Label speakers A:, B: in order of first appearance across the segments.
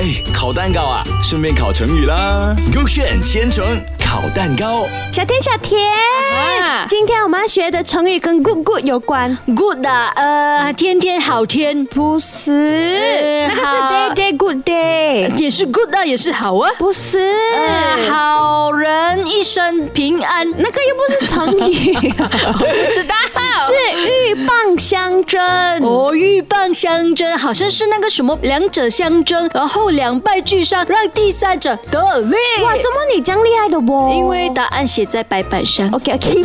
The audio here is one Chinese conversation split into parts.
A: 哎，烤蛋糕啊，顺便烤成语啦。勾选千层烤蛋糕，
B: 小天，小天
C: 啊
B: 今天我们要学的成语跟 good good 有关，
C: Good 啊，呃，天天好天，
B: 不是
C: 呃？
B: 那个
C: 好
B: 是 day day good day，
C: 也是 good 啊，也是好啊。
B: 不是？
C: 呃，好人一生平安，
B: 那个又不是成 语，
C: 我不知道。
B: 是鹬蚌相争。
C: 哦，鹬蚌相争，好像是那个什么，两者相争，然后两败俱伤，让第三者得利。
B: 哇，啊怎么你哦这样厉害的不？
C: 因为答案写在白板上。
B: OK OK，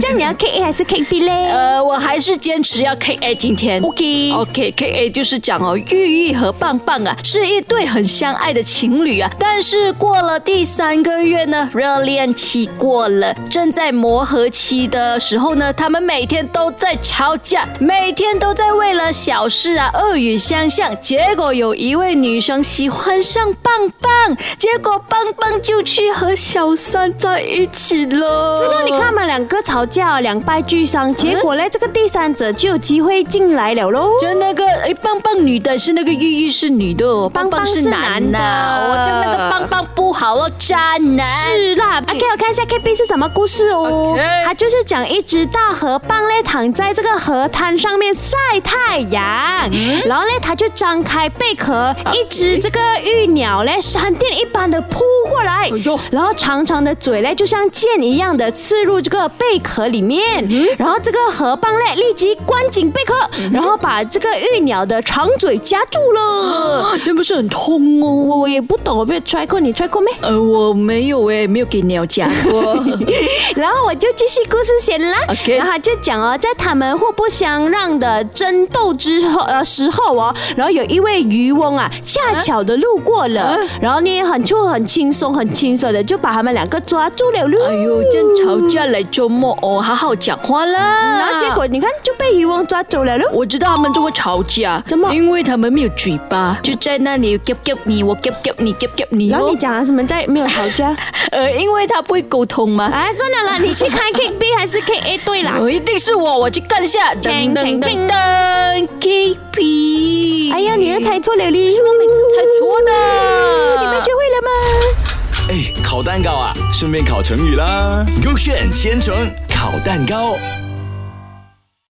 B: 这样你 要 K A 还是 K B 嘞
C: 呃，我还是坚持要 K A 今天。
B: ？OK，
C: OK K A 就是讲哦，玉玉和棒棒啊是一对很相爱的情侣啊，但是过了第三个月呢，热恋期过了，正在磨合期的时候呢，他们每天都在吵架，每天都在为了小事啊恶语相向。结果有一位女生喜欢上棒棒，结果棒棒就去和小三在一起了。
B: 是的，你看他们两个吵架，两败俱伤，结果呢，这个第三者就有机会进来了喽。
C: 就那个哎，棒棒女的是那个玉玉是女的哦，
B: 棒棒
C: 是
B: 是
C: 男的，
B: 男的
C: 我叫那个棒棒不好了，渣男。
B: 是啦，OK，我看一下 KB 是什么故事哦。
C: OK
B: 它就是讲一只大河蚌嘞躺在这个河滩上面晒太阳，然后嘞它就张开贝壳，一只这个玉鸟嘞闪电一般的扑过来
C: 哎呦，
B: 然后长长的嘴嘞就像剑一样的刺入这个贝壳里面，然后这个河蚌嘞立即关紧贝壳，然后把这个玉鸟的长嘴夹住了。
C: 啊，真不是很痛哦。
B: 我我也不懂，我没有 try 过，你 try 过没？
C: 呃，我没有哎，没有给鸟夹过。
B: 然后我就继续故事先啦。
C: OK
B: 然后就讲哦，在他们互不相让的争斗之后呃时候哦，然后有一位渔翁啊，恰巧的路过了，
C: 嗯
B: 然后呢，很就很轻松很轻松的就把他们两个抓住了喽。
C: 哎呦，这样吵架来周末哦，好好讲话啦。
B: 然后结果你看就被渔翁抓走了喽。
C: 我知道他们这么吵架，
B: 怎么
C: 因为他们没有嘴巴，就在那里 g 你，我 g 你 g 你
B: 然后
C: 哦
B: 你。讲了什么在没有吵架？
C: 呃，因为他不会沟通嘛。
B: 哎，算了啦，你去看 K B 还是 K A 对啦。
C: 我哦一定是我，我去干一下。
B: 叮
C: 噔
B: 叮
C: 噔
B: 叮
C: 噔噔，K P。
B: 哎呀，你又猜错了哩！我每
C: 猜错的，
B: 你们学会了吗？
A: 哎，烤蛋糕啊，顺便烤成语啦。勾选千层烤蛋糕。